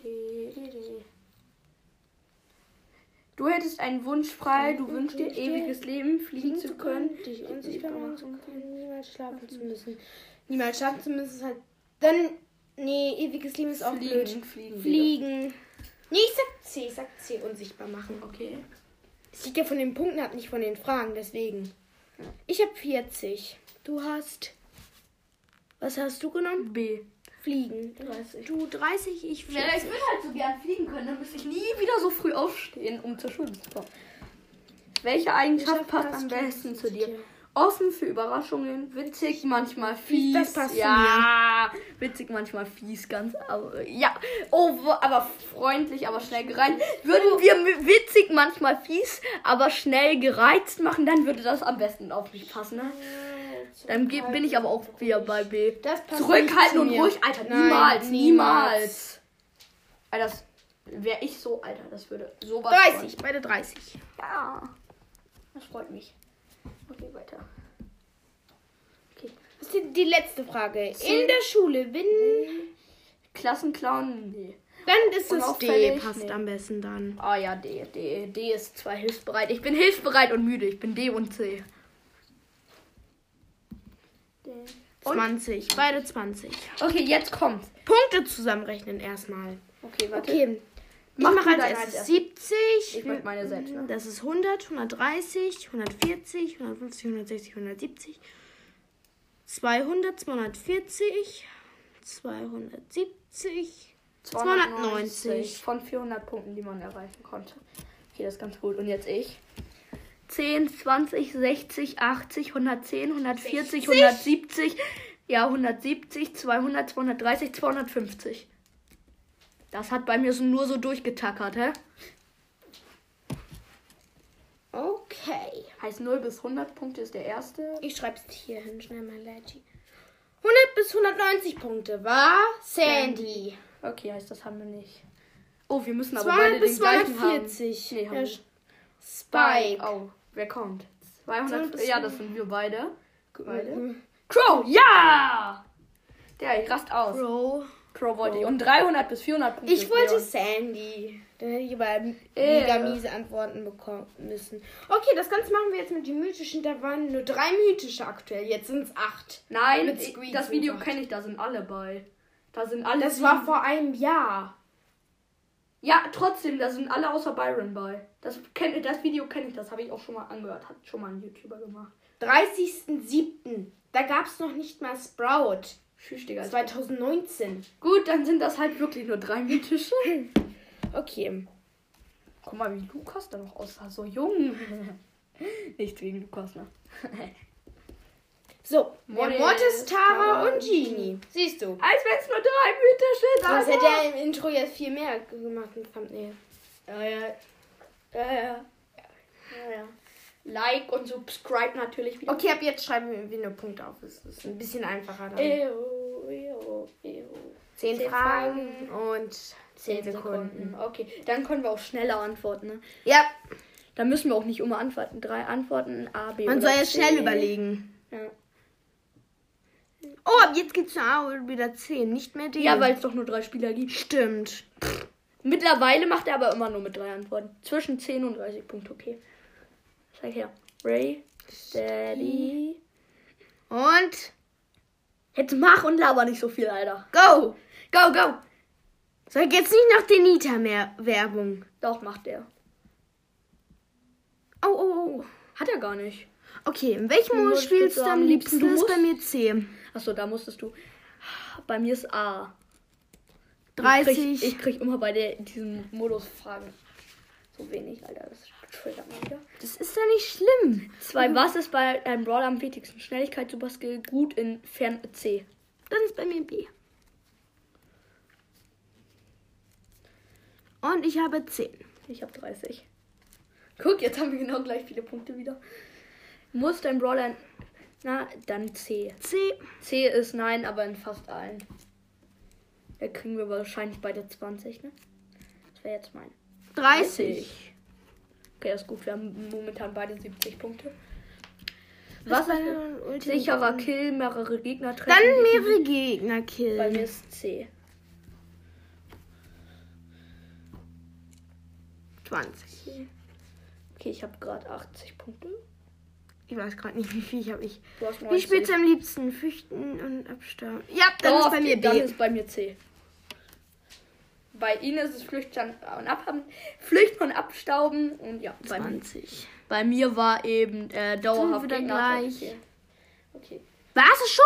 Speaker 1: Du hättest einen Wunsch frei, du wünschst dir ewiges Leben, fliegen zu können.
Speaker 2: dich unsichtbar machen zu können, niemals schlafen zu müssen. Niemals schlafen zu müssen ist halt. Dann. Nee, ewiges Leben ist auch blöd.
Speaker 1: fliegen.
Speaker 2: Fliegen. Nee, ich sag C, ich sag C, unsichtbar machen.
Speaker 1: Okay.
Speaker 2: Es liegt ja von den Punkten ab, nicht von den Fragen, deswegen. Ich habe 40. Du hast. Was hast du genommen?
Speaker 1: B.
Speaker 2: Fliegen.
Speaker 1: 30.
Speaker 2: Du 30, ich
Speaker 1: Ja,
Speaker 2: 40.
Speaker 1: ich würde halt so gern fliegen können, dann müsste ich nie wieder so früh aufstehen, um zur Schule zu kommen. Welche Eigenschaft passt am besten zu dir? Offen für Überraschungen, witzig, manchmal fies.
Speaker 2: Das passt zu
Speaker 1: ja, witzig, manchmal fies, ganz. Aber, ja, oh, wo- aber freundlich, aber schnell gereizt. Würden wir mi- witzig, manchmal fies, aber schnell gereizt machen, dann würde das am besten auf mich passen. Ne? Dann ge- bin ich aber auch wieder bei B.
Speaker 2: Das passt nicht
Speaker 1: Zurückhalten
Speaker 2: zu
Speaker 1: und
Speaker 2: mir.
Speaker 1: ruhig, Alter.
Speaker 2: Nein,
Speaker 1: niemals,
Speaker 2: niemals.
Speaker 1: niemals. Alter, das wäre ich so, Alter. Das würde sowas.
Speaker 2: 30, beide 30.
Speaker 1: Ja. Das freut mich. Okay, weiter.
Speaker 2: Das ist die, die letzte Frage. In der Schule bin.
Speaker 1: Klassenclown? Nee.
Speaker 2: Dann ist es D,
Speaker 1: Unauffällig,
Speaker 2: passt
Speaker 1: nee.
Speaker 2: am besten dann.
Speaker 1: Ah ja, D, D. D ist zwar hilfsbereit. Ich bin hilfsbereit und müde. Ich bin D und C.
Speaker 2: 20, beide 20.
Speaker 1: Okay, jetzt kommt.
Speaker 2: Punkte zusammenrechnen erstmal.
Speaker 1: Okay, warte.
Speaker 2: Okay. Ich
Speaker 1: Mach
Speaker 2: mache
Speaker 1: du
Speaker 2: als
Speaker 1: deine als
Speaker 2: erstes
Speaker 1: erstes.
Speaker 2: 70.
Speaker 1: Ich möchte meine selbst machen.
Speaker 2: Mhm. Das ist 100, 130, 140, 150, 160, 170, 200, 240, 270. 290.
Speaker 1: von 400 Punkten, die man erreichen konnte. Okay, das ist ganz gut. Und jetzt ich. 10, 20, 60, 80, 110, 140, 170, ja 170, 200, 230, 250. Das hat bei mir so nur so durchgetackert, hä?
Speaker 2: Okay.
Speaker 1: Heißt 0 bis 100 Punkte ist der erste.
Speaker 2: Ich schreibe es hier hin, schnell mal Leggy. 100 bis 190 Punkte war Sandy.
Speaker 1: Okay, heißt das haben wir nicht. Oh, wir müssen aber
Speaker 2: 200
Speaker 1: beide
Speaker 2: bis
Speaker 1: den gleichen haben.
Speaker 2: 240.
Speaker 1: Nee, haben
Speaker 2: Ja,
Speaker 1: wir
Speaker 2: Spike.
Speaker 1: nicht. Oh, wer kommt? 200. Ja, das sind wir beide. Beide.
Speaker 2: Mhm.
Speaker 1: Crow, ja! Der, ich rast aus. Crow,
Speaker 2: Bro.
Speaker 1: wollte ich. Und 300 bis 400 Punkte.
Speaker 2: Ich wollte
Speaker 1: Leon.
Speaker 2: Sandy. Dann hätte ich aber
Speaker 1: Äh.
Speaker 2: mega miese Antworten bekommen müssen. Okay, das Ganze machen wir jetzt mit den mythischen. Da waren nur drei mythische aktuell. Jetzt sind es acht.
Speaker 1: Nein,
Speaker 2: Mit
Speaker 1: ich-
Speaker 2: Squeak
Speaker 1: das Video
Speaker 2: gemacht.
Speaker 1: kenne ich, da sind alle bei. Da sind alle.
Speaker 2: Das war vor einem Jahr.
Speaker 1: Ja, trotzdem, da sind alle außer Byron bei. Das, kenn, das Video kenne ich, das habe ich auch schon mal angehört. Hat schon mal ein YouTuber gemacht.
Speaker 2: 30.07. Da gab es noch nicht mal Sprout.
Speaker 1: Tschüss, Digga.
Speaker 2: 2019.
Speaker 1: Gut, dann sind das halt wirklich nur drei Mythische.
Speaker 2: Okay.
Speaker 1: Guck mal, wie Lukas da noch aussah. So jung. Nichts gegen Lukas, ne?
Speaker 2: So,
Speaker 1: Mortis,
Speaker 2: der Mortis, Tara
Speaker 1: Tara
Speaker 2: und Genie. Siehst du.
Speaker 1: Als wenn es nur drei mythische da
Speaker 2: Das hätte er im Intro jetzt viel mehr gemacht im Thumbnail.
Speaker 1: Ja, ja. Ja, ja. Ja, ja. Like und subscribe natürlich wieder.
Speaker 2: Okay, ab jetzt schreiben wir irgendwie nur Punkte auf. Es ist ein bisschen einfacher dann.
Speaker 1: Ew, ew, ew.
Speaker 2: Zehn
Speaker 1: Äh, Zehn
Speaker 2: Fragen und zehn
Speaker 1: Sekunden.
Speaker 2: Sekunden.
Speaker 1: Okay, dann können wir auch schneller antworten. Ne?
Speaker 2: Ja,
Speaker 1: Dann müssen wir auch nicht immer antworten. Drei Antworten, A, B.
Speaker 2: man
Speaker 1: oder
Speaker 2: soll jetzt
Speaker 1: C.
Speaker 2: schnell überlegen.
Speaker 1: Ja,
Speaker 2: Oh, ab jetzt gibt's nur A und wieder zehn, nicht mehr D.
Speaker 1: ja weil es doch nur drei Spieler gibt.
Speaker 2: stimmt.
Speaker 1: Mittlerweile macht er aber immer nur mit drei Antworten. Zwischen 10 und 30 Punkte, okay. Zeig her. Ray, Daddy.
Speaker 2: Und
Speaker 1: Jetzt mach und laber nicht so viel, Alter.
Speaker 2: go.
Speaker 1: Go, go!
Speaker 2: Sag jetzt nicht nach Denita mehr Werbung.
Speaker 1: Doch, macht er.
Speaker 2: Oh, oh, oh.
Speaker 1: Hat er gar nicht.
Speaker 2: Okay, in welchem Modus
Speaker 1: Modus
Speaker 2: spielst du am liebsten? Das ist
Speaker 1: musst-
Speaker 2: bei mir C.
Speaker 1: Achso, da musstest du. Bei mir ist A. Ich krieg,
Speaker 2: 30.
Speaker 1: ich krieg immer bei der, diesem Modus Fragen. So wenig, Alter. Das triggert mal wieder.
Speaker 2: das ist ja nicht schlimm.
Speaker 1: Zwei, was ist bei einem Brawler am wichtigsten? Schnelligkeit, Superskill, gut in Fern C.
Speaker 2: Dann ist bei mir B. Und ich habe 10.
Speaker 1: Ich habe 30. Guck, jetzt haben wir genau gleich viele Punkte wieder. Muss dein Brawler. in- Na, dann C.
Speaker 2: C.
Speaker 1: C ist nein, aber in fast allen. Da kriegen wir wahrscheinlich beide 20, ne? Das wäre jetzt mein.
Speaker 2: 30.
Speaker 1: Okay, das ist gut. Wir haben momentan beide 70 Punkte.
Speaker 2: Was
Speaker 1: Was
Speaker 2: war
Speaker 1: ist
Speaker 2: denn Ultimate?
Speaker 1: Sicher war Kill, mehrere Gegner treffen.
Speaker 2: Dann
Speaker 1: die-
Speaker 2: mehrere Gegner
Speaker 1: Bei mir
Speaker 2: killen.
Speaker 1: ist C.
Speaker 2: 20.
Speaker 1: Okay, ich habe gerade 80 Punkte.
Speaker 2: Ich weiß gerade nicht, wie viel habe ich.
Speaker 1: Du hast
Speaker 2: Wie spielst du
Speaker 1: 90.
Speaker 2: am liebsten? Flüchten und abstauben. Ja, dann
Speaker 1: Doch,
Speaker 2: ist bei mir
Speaker 1: Dann
Speaker 2: B.
Speaker 1: ist bei mir C. Bei ihnen ist es Flüchten und Abhaben, Flüchten und Abstauben und ja, bei mir.
Speaker 2: 20.
Speaker 1: Bei mir war eben äh, dauerhaft
Speaker 2: Sind wir
Speaker 1: Gegner-
Speaker 2: dann gleich?
Speaker 1: Okay. okay.
Speaker 2: War es schon?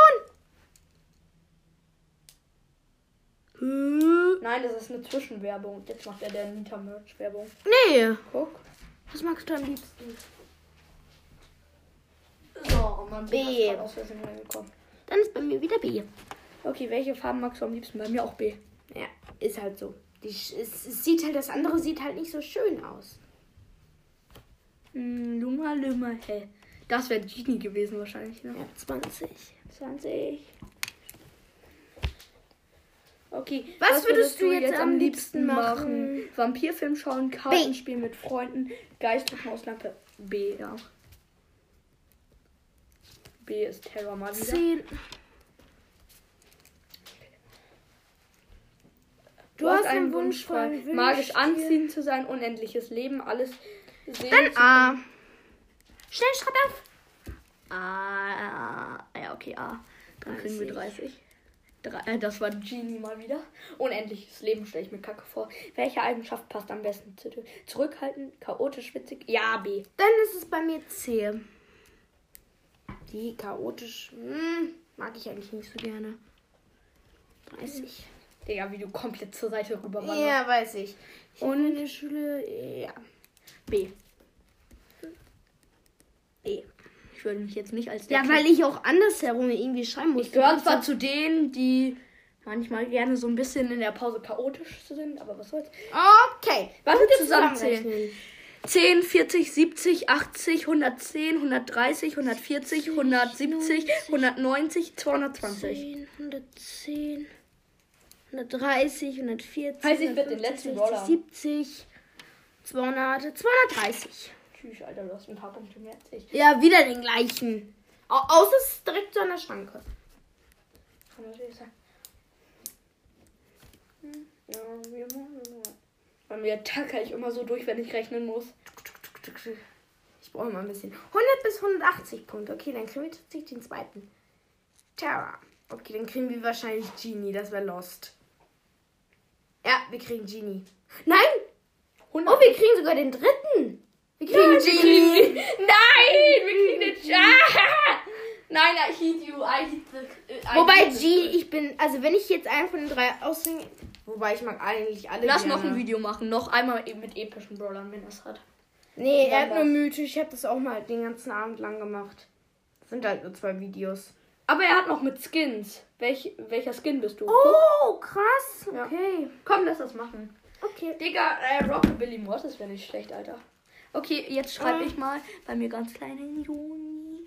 Speaker 2: Hm,
Speaker 1: Nein, das ist eine Zwischenwerbung. Jetzt macht er der Nita Merch Werbung.
Speaker 2: nee.
Speaker 1: Guck.
Speaker 2: Was magst du am liebsten?
Speaker 1: So, man
Speaker 2: B.
Speaker 1: B. Aus Versehen reingekommen.
Speaker 2: Dann ist bei mir wieder B.
Speaker 1: okay, welche Farben magst du am liebsten? Bei mir auch B.
Speaker 2: Ja, ist halt so. Die, Sch- es, es sieht halt, das andere sieht halt nicht so schön aus.
Speaker 1: Hm, Luma Luma, hey. Das wäre Genie gewesen wahrscheinlich, ne?
Speaker 2: Ja, 20.
Speaker 1: 20. Okay.
Speaker 2: Was würdest du jetzt am liebsten machen?
Speaker 1: Vampirfilm schauen, Kartenspiel mit Freunden, Geistlichen Auslampe. B, ja. B ist Terror mal wieder.
Speaker 2: 10. Du hast einen Wunsch
Speaker 1: frei,
Speaker 2: von
Speaker 1: magisch
Speaker 2: Wünsch
Speaker 1: anziehen zu sein, unendliches Leben, alles sehen
Speaker 2: Dann
Speaker 1: zu
Speaker 2: A. Schnell, schreib auf.
Speaker 1: Ah, ja, okay, A. Dann kriegen wir
Speaker 2: 30.
Speaker 1: 30. Drei, äh, das war Genie mal wieder. Unendliches Leben stelle ich mir kacke vor. Welche Eigenschaft passt am besten zu dir? Zurückhaltend, chaotisch, witzig? Ja, B.
Speaker 2: Dann ist es bei mir C. Die chaotisch. Hm, mag ich eigentlich nicht so gerne. 30.
Speaker 1: Digga, wie du komplett zur Seite rüber wanderst.
Speaker 2: Ja, weiß ich. ich Und in der Schule, ja.
Speaker 1: B. E. Ich würde mich jetzt nicht als der
Speaker 2: Ja, weil ich auch andersherum irgendwie schreiben muss.
Speaker 1: Ich gehöre zwar zu denen, die manchmal gerne so ein bisschen in der Pause chaotisch sind, aber was soll's.
Speaker 2: Okay.
Speaker 1: Warte,
Speaker 2: Punkte
Speaker 1: zusammenzählen.
Speaker 2: zusammenrechnen.
Speaker 1: 10, 40, 70, 80, 110, 130, 140, 170, 190, 220.
Speaker 2: 10, 110, 130, 140.
Speaker 1: Heißt, ich werd den letzten
Speaker 2: 150,
Speaker 1: Roller.
Speaker 2: 70, 200, 230.
Speaker 1: Tschüss, Alter, du hast ein paar Punkte mehr als ich.
Speaker 2: Ja, wieder den gleichen. Au- Außer es ist direkt so an der Schranke.
Speaker 1: Kann natürlich sein. Hm, ja, wie immer, wie immer. Bei mir tacker ich immer so durch, wenn ich rechnen muss.
Speaker 2: Ich brauche mal ein bisschen. 100 bis 180 Punkte. Okay, dann kriegen wir tatsächlich den zweiten. Terra. Okay, dann kriegen wir wahrscheinlich Genie. Das wäre Lost. Ja, wir kriegen Genie. Nein!
Speaker 1: 100.
Speaker 2: Oh, wir kriegen sogar den dritten. Wir kriegen Genie.
Speaker 1: Nein, wir kriegen den Chat. Nein, I hate you. I hate the, äh, I
Speaker 2: Wobei
Speaker 1: hate the-
Speaker 2: G, ich bin, also wenn ich jetzt einen von den drei auswähle, wobei ich mag eigentlich alle.
Speaker 1: Lass
Speaker 2: gerne.
Speaker 1: noch ein Video machen. Noch einmal eben mit epischen Brawlern, wenn das hat.
Speaker 2: Nee,
Speaker 1: Ja,
Speaker 2: er hat nur
Speaker 1: was?
Speaker 2: mythisch. Ich habe das auch mal den ganzen Abend lang gemacht. Das sind halt nur zwei Videos.
Speaker 1: Aber er hat noch mit Skins. Welch, welcher Skin bist du?
Speaker 2: Oh, krass.
Speaker 1: Ja.
Speaker 2: Okay.
Speaker 1: Komm, lass das machen.
Speaker 2: Okay.
Speaker 1: Digga, äh, Rockabilly Mortis wäre nicht schlecht, Alter. Ah. Okay, jetzt schreibe ich mal bei mir ganz kleine Juni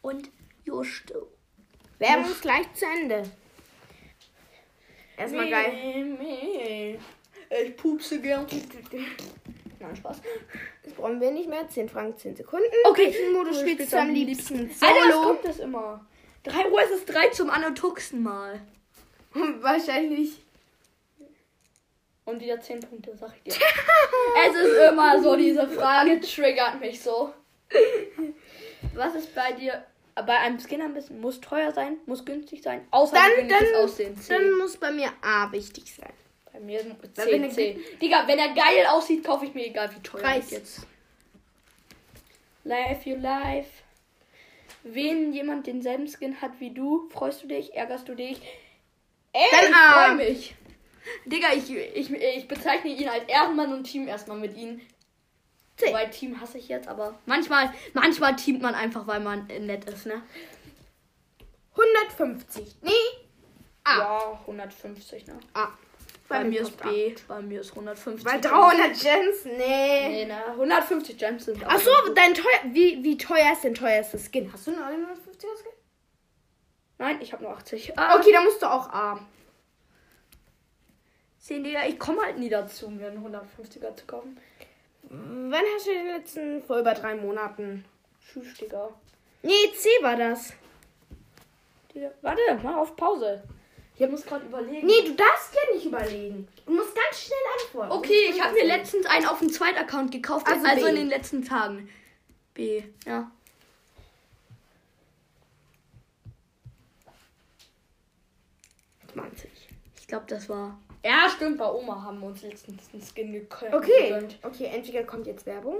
Speaker 1: und Justo.
Speaker 2: Werbung ist gleich zu Ende. Erstmal geil.
Speaker 1: geil. Äh, Ich pupse gern. Nein, Spaß.
Speaker 2: Das brauchen wir nicht mehr. 10 Franken, 10 Sekunden.
Speaker 1: Okay.
Speaker 2: Welchen Modus
Speaker 1: Du
Speaker 2: spielst du am liebsten?
Speaker 1: Alter, was
Speaker 2: Solo.
Speaker 1: kommt das immer? 3 Uhr ist es 3 zum Anatuxen mal.
Speaker 2: Wahrscheinlich.
Speaker 1: Und wieder 10 Punkte, sag ich dir. es ist immer so, diese Frage triggert mich so. Was ist bei dir bei einem Skin am besten? Muss teuer sein, muss günstig sein, außer
Speaker 2: Dann-
Speaker 1: gewöhnliches
Speaker 2: dann-
Speaker 1: Aussehen. C.
Speaker 2: Dann muss bei mir A wichtig sein.
Speaker 1: bei mir sind
Speaker 2: Dann
Speaker 1: C,
Speaker 2: bin ich-
Speaker 1: C. Digga, wenn er geil aussieht, kaufe ich mir egal wie teuer.
Speaker 2: 30.
Speaker 1: ist. Life your life. Wenn jemand denselben Skin hat wie du, freust du dich, ärgerst du dich? Ey,
Speaker 2: Dann
Speaker 1: ich
Speaker 2: A.
Speaker 1: freu mich. Digga, ich, ich, ich bezeichne ihn als Ehrenmann und Team erstmal mit ihm.
Speaker 2: C.
Speaker 1: Wobei Team hasse ich jetzt, aber manchmal, manchmal teamt man einfach, weil man äh, nett ist, ne?
Speaker 2: 150. Nee. A.
Speaker 1: Ja, 150, ne?
Speaker 2: A.
Speaker 1: Bei, mir ist
Speaker 2: kommt A.
Speaker 1: B, bei mir ist 150.
Speaker 2: Bei 300 Gems? Nee.
Speaker 1: Nee, ne? 150 Gems sind auch
Speaker 2: Ach so,
Speaker 1: ganz gut.
Speaker 2: dein teuer. Wie, wie teuer ist dein teuerster Skin? Hast du einen 150er Skin?
Speaker 1: Nein, ich habe nur 80. Ah,
Speaker 2: Okay, dann musst du auch A.
Speaker 1: 10, Digga, ich komme halt nie dazu, mir einen 150er zu kaufen.
Speaker 2: Wann hast du den letzten? Vor über drei Monaten.
Speaker 1: Tschüss, Digga.
Speaker 2: Nee, C war das.
Speaker 1: Digga. Warte, mach auf Pause. Ich muss gerade überlegen.
Speaker 2: Nee, du darfst ja nicht überlegen. Du musst ganz schnell antworten.
Speaker 1: Okay, ich habe mir letztens einen auf dem zweiten Account gekauft,
Speaker 2: Also
Speaker 1: also,
Speaker 2: B.
Speaker 1: in den letzten Tagen. B, ja.
Speaker 2: letztens 20.
Speaker 1: Ich glaube, das war. Ja, stimmt, bei Oma haben wir uns letztens einen Skin gekauft.
Speaker 2: Okay. Okay, entweder kommt jetzt Werbung.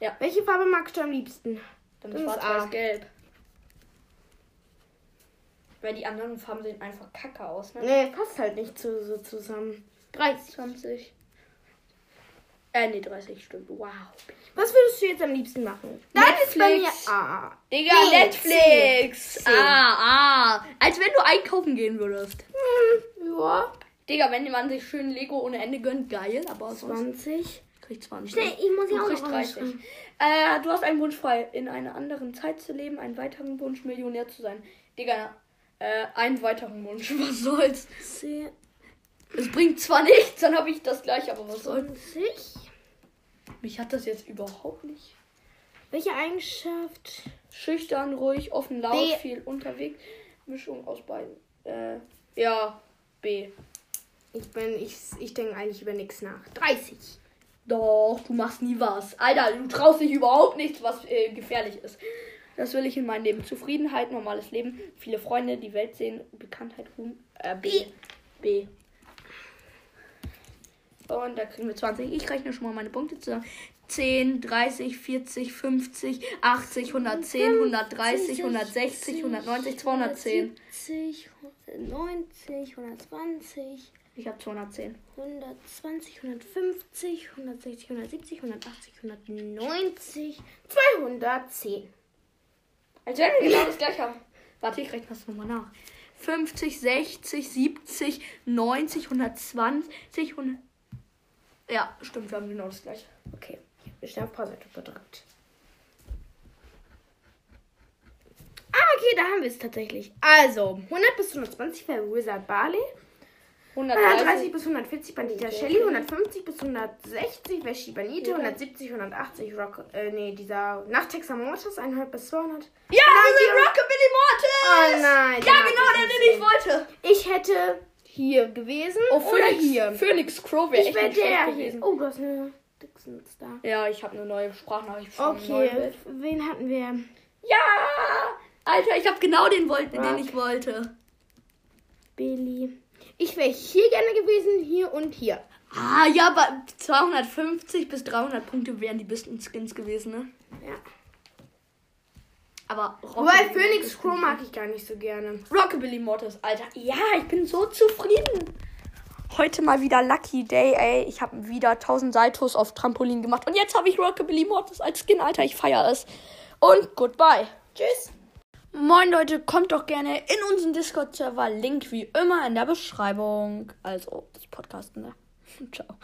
Speaker 1: Ja.
Speaker 2: Welche Farbe magst du am liebsten?
Speaker 1: Dann
Speaker 2: Das ist
Speaker 1: schwarz,
Speaker 2: A.
Speaker 1: weiß, gelb. Weil die anderen Farben sehen einfach kacke aus, ne?
Speaker 2: Nee, passt halt nicht zu, so zusammen.
Speaker 1: 30. 20. Äh, nee, 30, stimmt. Wow.
Speaker 2: Was würdest du jetzt am liebsten machen? Dann ist bei mir
Speaker 1: Netflix.
Speaker 2: A.
Speaker 1: Digga,
Speaker 2: Nee,
Speaker 1: Netflix!
Speaker 2: C.
Speaker 1: Ah, ah. Als wenn du einkaufen gehen würdest.
Speaker 2: Hm, ja.
Speaker 1: Digga, wenn man sich schön Lego ohne Ende gönnt, geil, aber sonst
Speaker 2: 20.
Speaker 1: kriegt 20.
Speaker 2: Schnell, ich muss
Speaker 1: Du
Speaker 2: ja auch
Speaker 1: kriegst
Speaker 2: noch
Speaker 1: 30.
Speaker 2: anschreiben.
Speaker 1: Äh, du hast einen Wunsch frei, in einer anderen Zeit zu leben, einen weiteren Wunsch, Millionär zu sein. Digga, äh, einen weiteren Wunsch, was soll's?
Speaker 2: C.
Speaker 1: Es bringt zwar nichts, dann habe ich das gleiche, aber was soll's?
Speaker 2: 20.
Speaker 1: Mich hat das jetzt überhaupt nicht.
Speaker 2: Welche Eigenschaft?
Speaker 1: Schüchtern, ruhig, offen, laut,
Speaker 2: B.
Speaker 1: viel unterwegs. Mischung aus beiden. Äh, ja, B.
Speaker 2: Ich bin, ich, ich denke eigentlich über nichts nach. 30.
Speaker 1: Doch, du machst nie was. Alter, du traust dich überhaupt nichts, was äh, gefährlich ist. Das will ich in meinem Leben. Zufriedenheit, normales Leben, viele Freunde, die Welt sehen, Bekanntheit, Ruhm. Äh, B. B. Und da kriegen wir 20. Ich rechne schon mal meine Punkte zusammen. 10, 30, 40, 50, 80, 110, 130, 160, 190, 210.
Speaker 2: 70, 90, 120,
Speaker 1: Ich habe 210.
Speaker 2: 120, 150, 160, 170, 180, 190, 210.
Speaker 1: Als wenn wir genau das gleiche haben. Warte, ich rechne das nochmal nach. 50, 60, 70, 90, 120 und. Ja, stimmt, wir haben genau das gleiche.
Speaker 2: Okay, ich habe Pause gedrückt. Ah, okay, da haben wir es tatsächlich. Also, 100 bis 120 bei Wizard Barley. 130 bis 140 bei Dieter Shelley, 150 bis 160 bei Shiba Nite, 170, 180 Rock, äh, nee, dieser Nachttexer Mortis, 100 bis 200.
Speaker 1: Ja, wir sind Rockabilly Mortis!
Speaker 2: Oh nein.
Speaker 1: Ja, genau, der, den ich wollte.
Speaker 2: Ich hätte hier gewesen oder Oh, hier.
Speaker 1: Oh, Phoenix Crow wäre
Speaker 2: Ich
Speaker 1: echt
Speaker 2: wäre
Speaker 1: nicht
Speaker 2: der
Speaker 1: schlecht
Speaker 2: gewesen.
Speaker 1: gewesen.
Speaker 2: Oh, du hast eine Dixons da.
Speaker 1: Ja, ich habe eine neue Sprachnachricht von
Speaker 2: Okay, wen hatten wir?
Speaker 1: Ja! Alter, ich habe genau den, wollt, den ich wollte.
Speaker 2: Billy. Ich wäre hier gerne gewesen, hier und hier.
Speaker 1: Ah, ja, aber 250 bis 300 Punkte wären die besten Skins gewesen, ne?
Speaker 2: Ja. Oh,
Speaker 1: Aber
Speaker 2: Wobei Phoenix Crow mag ich gar nicht so gerne.
Speaker 1: Rockabilly Mortis, Alter. Ja, ich bin so zufrieden. Heute mal wieder Lucky Day, ey. Ich habe wieder 1000 Saltos auf Trampolin gemacht. Und jetzt habe ich Rockabilly Mortis als Skin, Alter. Ich feiere es. Und goodbye. Tschüss. Moin Leute, kommt doch gerne in unseren Discord-Server. Link wie immer in der Beschreibung. Also, das Podcasten, ne? Ciao.